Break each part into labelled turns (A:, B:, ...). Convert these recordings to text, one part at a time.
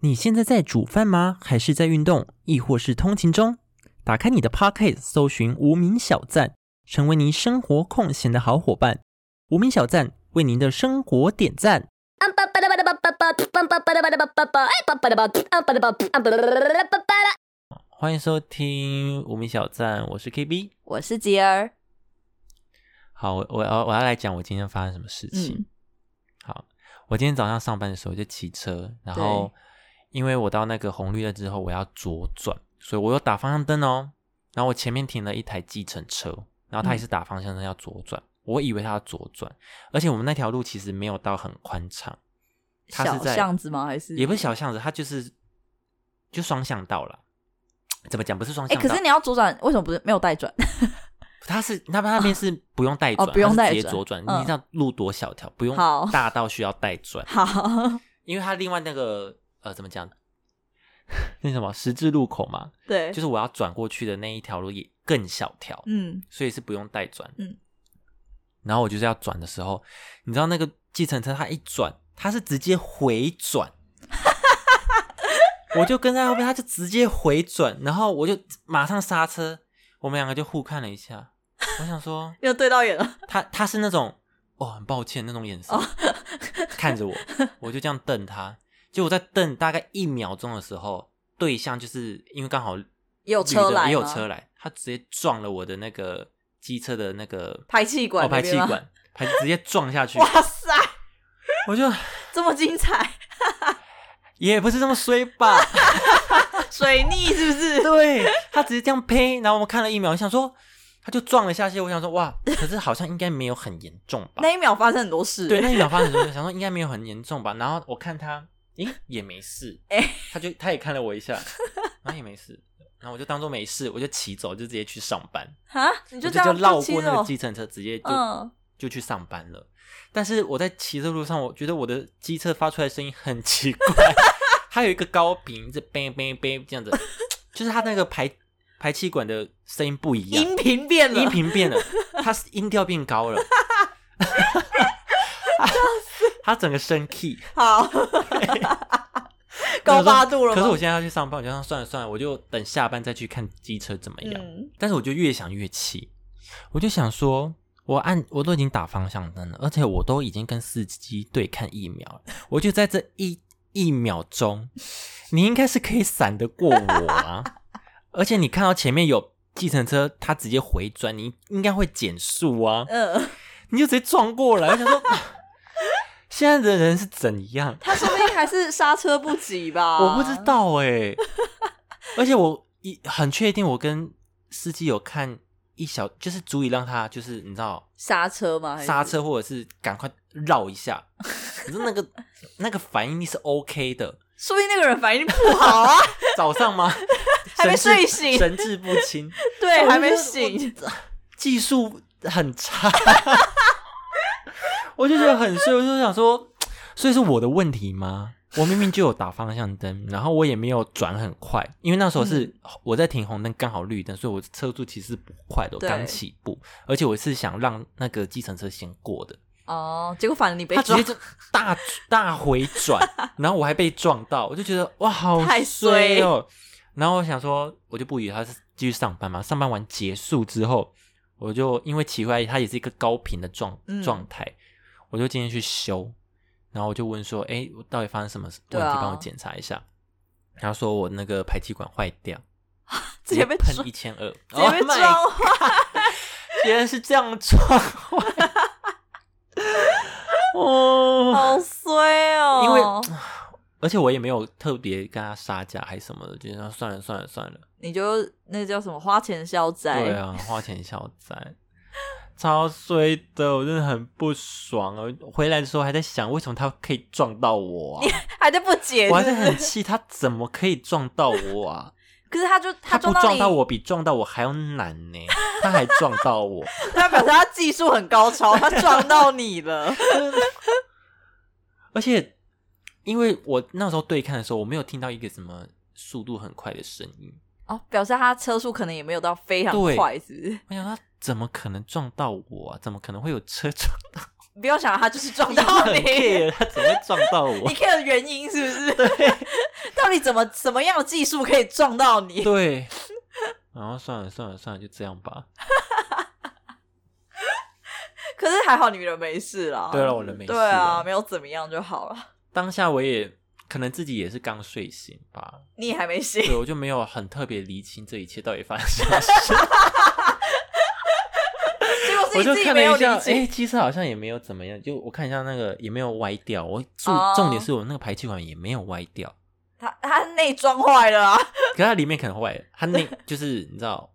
A: 你现在在煮饭吗？还是在运动，亦或是通勤中？打开你的 Pocket，搜寻“无名小站”，成为您生活空闲的好伙伴。无名小站为您的生活点赞。欢迎收听无名小站，我是 KB。
B: 我是吉儿。
A: 好，我我要我要来讲我今天发生什么事情。
B: 嗯，
A: 好，我今天早上上班的时候就骑车，然
B: 对
A: 后因为我到那个红绿灯之后，我要左转，所以我有打方向灯哦。然后我前面停了一台计程车，然后
B: 嗯
A: 他也是打方向灯要左转，我以为他要左转，而且我们那条路其实没有到很宽敞，它是
B: 小
A: 在
B: 巷子吗？还是
A: 也不是小巷子，它就是就双向道了。怎么讲？不是双
B: 哎、
A: 向道，
B: 可是你要左转，为什么不是没有带转？
A: 它是那那边是不用带
B: 哦
A: 转，
B: 不用
A: 它是
B: 带
A: 直接
B: 转
A: 左转。
B: 嗯
A: 你知道路多小条，不用
B: 好
A: 大到需要带转。
B: 好，
A: 因为它另外那个呃怎么讲， 那什么十字路口嘛，
B: 对，
A: 就是我要转过去的那一条路也更小条，
B: 哎嗯，
A: 所以是不用带转。
B: 嗯，
A: 然后我就是要转的时候，你知道那个计程车它一转，它是直接回转，我就跟在后面，它就直接回转，然后我就马上刹车，我们两个就互看了一下，我想说。
B: 又对到眼了。
A: 他他是那种哦，很抱歉那种眼神、看着我，我就这样瞪他。结果在瞪大概一秒钟的时候，对象就是因为刚好
B: 有
A: 绿
B: 车
A: 灯
B: 来
A: 也有
B: 吗
A: 车来，他直接撞了我的那个机车的那个
B: 排气管
A: 哦，排
B: 那
A: 气
B: 边吗
A: 管，排直接撞下 去，
B: 哇塞，
A: 我就
B: 这么精彩，
A: 也不是这么衰吧。
B: 水 逆是不是？
A: 对他直接这样呸，然后我们看了一秒，我想说他就撞了下去，我想说哇，可是好像应该没有很严重吧。
B: 那一秒发生很多事。
A: 对，，那一秒发生什么事？想说应该没有很严重吧。然后我看他，诶、也没事，
B: 哎
A: 他就他也看了我一下，然后也没事，然后我就当做没事，我就骑走，就直接去上班，
B: 哈，你
A: 我
B: 就
A: 就
B: 这样
A: 绕
B: 亲
A: 过那
B: 了
A: 个计程车，直接就、
B: 嗯，
A: 就去上班了。但是我在骑车路上，我觉得我的机车发出来的声音很奇怪， 它有一个高频，这 bang bang bang 这样子， 就是它那个排排气管的声音不一样，
B: 音频变了，
A: 音频变了，他是音调变高了，他整个升 key
B: 好，高八度了
A: 可是我
B: 吗？
A: 现在要去上班，我就想算了算了，我就等下班再去看机车怎么样。
B: 嗯，
A: 但是我就越想越气，我就想说，我按我都已经打方向灯了，而且我都已经跟司机对看一秒了，我就在这一一秒钟，你应该是可以闪得过我啊！而且你看到前面有计程车，它直接回转，你应该会减速啊。
B: 嗯，
A: 你就直接撞过来，我想说， 现在的人是怎样？
B: 他说不定还是刹车不及吧？
A: 我不知。道哎、而且我一很确定，我跟司机有看一小，就是足以让他就是你知道
B: 刹车吗？还是
A: 刹车或者是赶快绕一下，可是那个那个反应力是 OK 的。
B: 说不定那个人 反应不好啊，
A: 早上吗？
B: 还没
A: 神志
B: 睡醒
A: 神志不清，
B: 对，
A: 我
B: 还没
A: 觉得
B: 醒。
A: 技术很差， 我就觉得很衰，我就想说，所以是我的问题吗？我明明就有打方向灯，然后我也没有转很快，因为那时候是我在停红灯，刚好绿灯，所以我车速其实不快的，我
B: 对
A: 刚起步，而且我是想让那个计程车先过的，
B: 哦，结果反而你被
A: 他直
B: 撞
A: 接，就大大回转，然后我还被撞到，我就觉得哇，好
B: 太
A: 衰
B: 衰
A: 哦。然后我想说，我就不以为他是继续上班嘛，上班完结束之后，我就因为奇怪，他也是一个高频的状
B: 嗯
A: 状态，我就今天去修，然后我就问说，哎，我到底发生什么
B: 对
A: 问题？
B: 啊
A: 帮我检查一下。他说我那个排气管坏掉，
B: 直接被
A: 喷
B: 撞
A: 一千二，
B: 直接被
A: Oh my
B: 撞坏。
A: 原来是这样撞坏。 哦，
B: 好衰哦！
A: 因为 而且我也没有特别跟他杀价还是什么的，就说算了算了算了，
B: 你就那叫什么花钱消灾，
A: 对啊，花钱消灾，超衰的，我真的很不爽啊！回来的时候还在想，为什么他可以撞到我、啊？
B: 还在不解，
A: 我还
B: 是
A: 是
B: 不是
A: 很气，他怎么可以撞到我啊？
B: 可 是他就
A: 他不
B: 撞到
A: 撞
B: 你，
A: 到我比撞到我还要难呢，他还撞到我，
B: 他表示他技术很高 超，他撞到你了。
A: 而且因为我那时候对看的时候，我没有听到一个什么速度很快的声音，
B: 哦，表示他车速可能也没有到非常
A: 对
B: 快，是不是？
A: 我想他怎么可能撞到我啊？怎么可能会有车撞到
B: 你不要想他就是撞
A: 我？
B: 到
A: 很
B: 你，
A: care 他怎么会撞到我
B: 你？看的原因是不是？对，到到底怎么什么样的技术可以撞到你？
A: 对， 然后算了算了算了，就这样吧。
B: 可是还好你人没事啦。
A: 对了，我人没事
B: 对
A: 了。
B: 啊，没有怎么样就好了。
A: 当下我也可能自己也是刚睡醒吧，
B: 你还没醒，
A: 对我就没有很特别厘清这一切到底发生什么事。
B: 结果是
A: 我
B: 你
A: 就
B: 自己
A: 看了
B: 没有
A: 一
B: 理
A: 下，哎、
B: 解。
A: 其实好像也没有怎么样，就我看一下那个也没有歪掉。我重、
B: 哦
A: 重点是我那个排气管也没有歪掉，
B: 他他内装坏了啊！
A: 可它里面可能坏了，它 内就是你知道。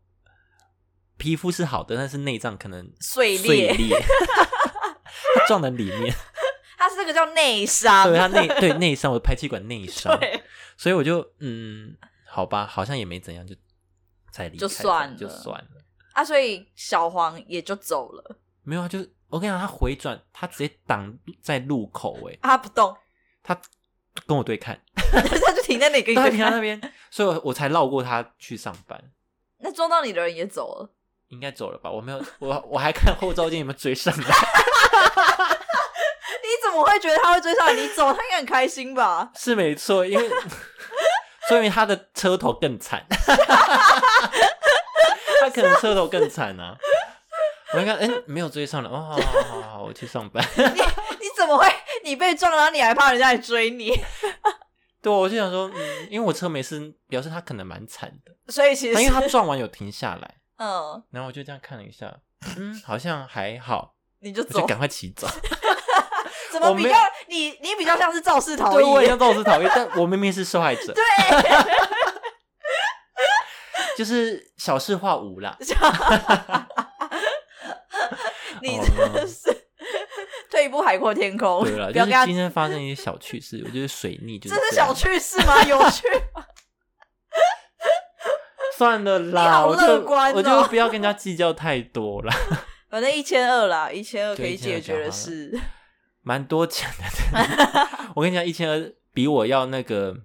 A: 皮肤是好的，但是内脏可能
B: 碎裂
A: 裂， 它撞在里面，
B: 他是这个叫内伤。
A: 对它内对内伤，我的排气管 内伤，
B: 啊对
A: 所以我就嗯，好吧，好像也没怎样，就再离开
B: 就算了
A: 就算了。
B: 啊，所以小黄也就走了，
A: 没有啊，就是我跟你讲，他回转，他直接挡在路口、欸，
B: 啊他不动，
A: 他跟我对看，
B: 他就停在那个
A: 他停 在那边，所以我我才绕过他去上班，
B: 那撞到你的人也走了，
A: 应该走了吧？我没有，我我还看后照镜有没有追上来，
B: 你怎么会觉得他会追上你？你走，他应该很开心吧？
A: 是没错，因为说明他的车头更惨，他可能车头更惨啊。我看，嗯、没有追上了，哦，好好好好好，我去上班。
B: 你怎么会？你被撞，然后你还怕人家来追你？
A: 对，我就想说，嗯，因为我车没事，表示他可能蛮惨的，
B: 所以其
A: 因为
B: 实，
A: 他撞完有停下来。
B: 嗯，
A: 然后我就这样看了一下，嗯，好像还好，
B: 你就
A: 我就
B: 走，
A: 赶快骑走。
B: 怎么
A: 我
B: 比
A: 没
B: 较？你你比较像是肇事逃
A: 对，我
B: 逸
A: 也，要肇事逃逸，但我明明是受害者。对， 就是小事化无啦。
B: 你
A: 哦
B: 真的是退一步海阔天空，
A: 对了，
B: 哦不
A: 就
B: 要
A: 是
B: 跟他
A: 今。天啊发生一些小趣事，我觉得水逆就是
B: 这是
A: 样
B: 小，趣事吗？有趣，
A: 算了
B: 你
A: 啦，
B: 好
A: 我就
B: 乐观哦
A: 我就不要跟人家计较太多啦，
B: 反正一千二啦，一千二可
A: 对
B: 以解
A: 1200
B: 决的
A: 讲
B: 事。
A: 蛮多钱的。真的 我跟你讲，一千二比我要那个。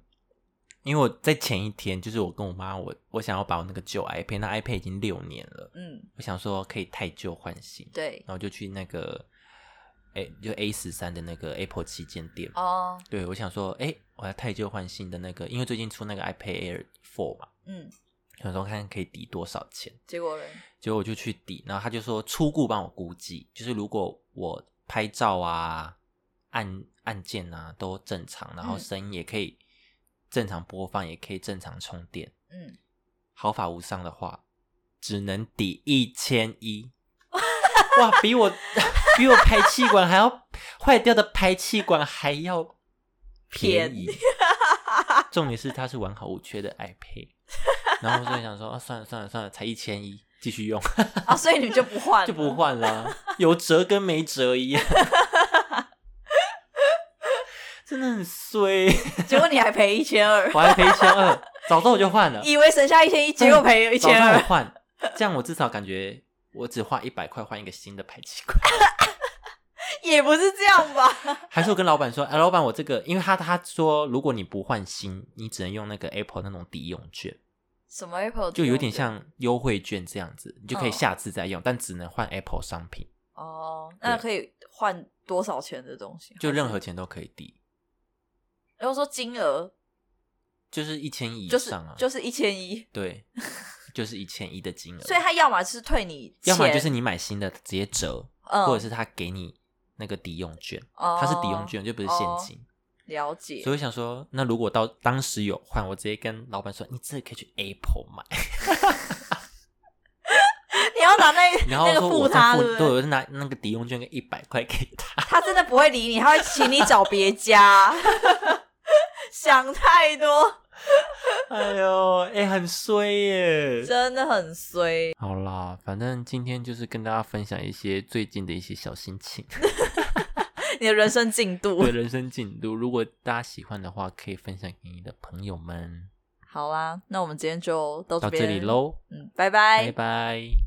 A: 因为我在前一天，就是我跟我妈，我我想要把我那个旧 iPad，那 iPad 已经六年了，
B: 嗯，
A: 我想说可以太旧换新，
B: 对，
A: 然后就去那个，哎、就 A 十三的那个 Apple 旗舰店。
B: 哦，
A: 对，我想说，哎、我要太旧换新的那个，因为最近出那个 iPad Air Four 嘛，
B: 嗯，
A: 想说看可以抵多少钱。
B: 结果呢？
A: 结果我就去抵，然后他就说初步帮我估计，就是如果我拍照啊、按按键啊都正常，然后
B: 嗯
A: 声音也可以正常播放，也可以正常充电，
B: 嗯，
A: 毫发无伤的话，只能抵一千一。哇，比我比我排气管还要坏掉的排气管还要便宜。重点是它是完好无缺的 iPad，然后我就想说啊，算了算了算了，才一千一，继续用
B: 啊，所以你就不换 了，
A: 就不换了，啊有折跟没折一样。 真的很衰，
B: 结果你还赔一千 二，
A: 我还赔一千二，早知道我就换了。
B: 以为省下一千一，结果赔一
A: 早
B: 千
A: 上我
B: 二，
A: 换，这样我至少感觉我只花一百块换一个新的排气管。
B: 也不是这样吧？
A: 还是我跟老板说， 哎、老板，我这个，因为他他说，如果你不换新，你只能用那个 Apple 那种抵用券，
B: 什么 Apple
A: 就有点像优惠券这样子，你就可以
B: 嗯
A: 下次再用，但只能换 Apple 商品，
B: 哦，那可以换多少钱的东西？
A: 就任何钱都可以抵，
B: 然后说金额
A: 就是一千以
B: 就是
A: 上啊，
B: 就是一千一，
A: 对，就是一千一的金额，
B: 所以他要么是退你钱，
A: 要么就是你买新的直接折，
B: 嗯，
A: 或者是他给你那个抵用券，
B: 哦
A: 它是抵用券，就不是现金。
B: 了解
A: 所以我想说，那如果到当时有换，我直接跟老板说，你这个可以去 Apple 买，
B: 你要拿 那
A: 然后
B: 那个
A: 说我
B: 付
A: 再
B: 他，
A: 付，
B: 对不
A: 对，
B: 对？
A: 我就拿那个抵用券跟一百块给他。
B: 他真的不会理你，他会请你找别家。 想太多，
A: 哎呦，哎、很衰耶。
B: 真的很衰。
A: 好啦，反正今天就是跟大家分享一些最近的一些小心情，
B: 你的人生进度
A: 对人生进度。如果大家喜欢的话，可以分享给你的朋友们。
B: 好啦，那我们今天就到
A: 到
B: 边
A: 这里，喽，
B: 嗯，拜拜
A: 拜拜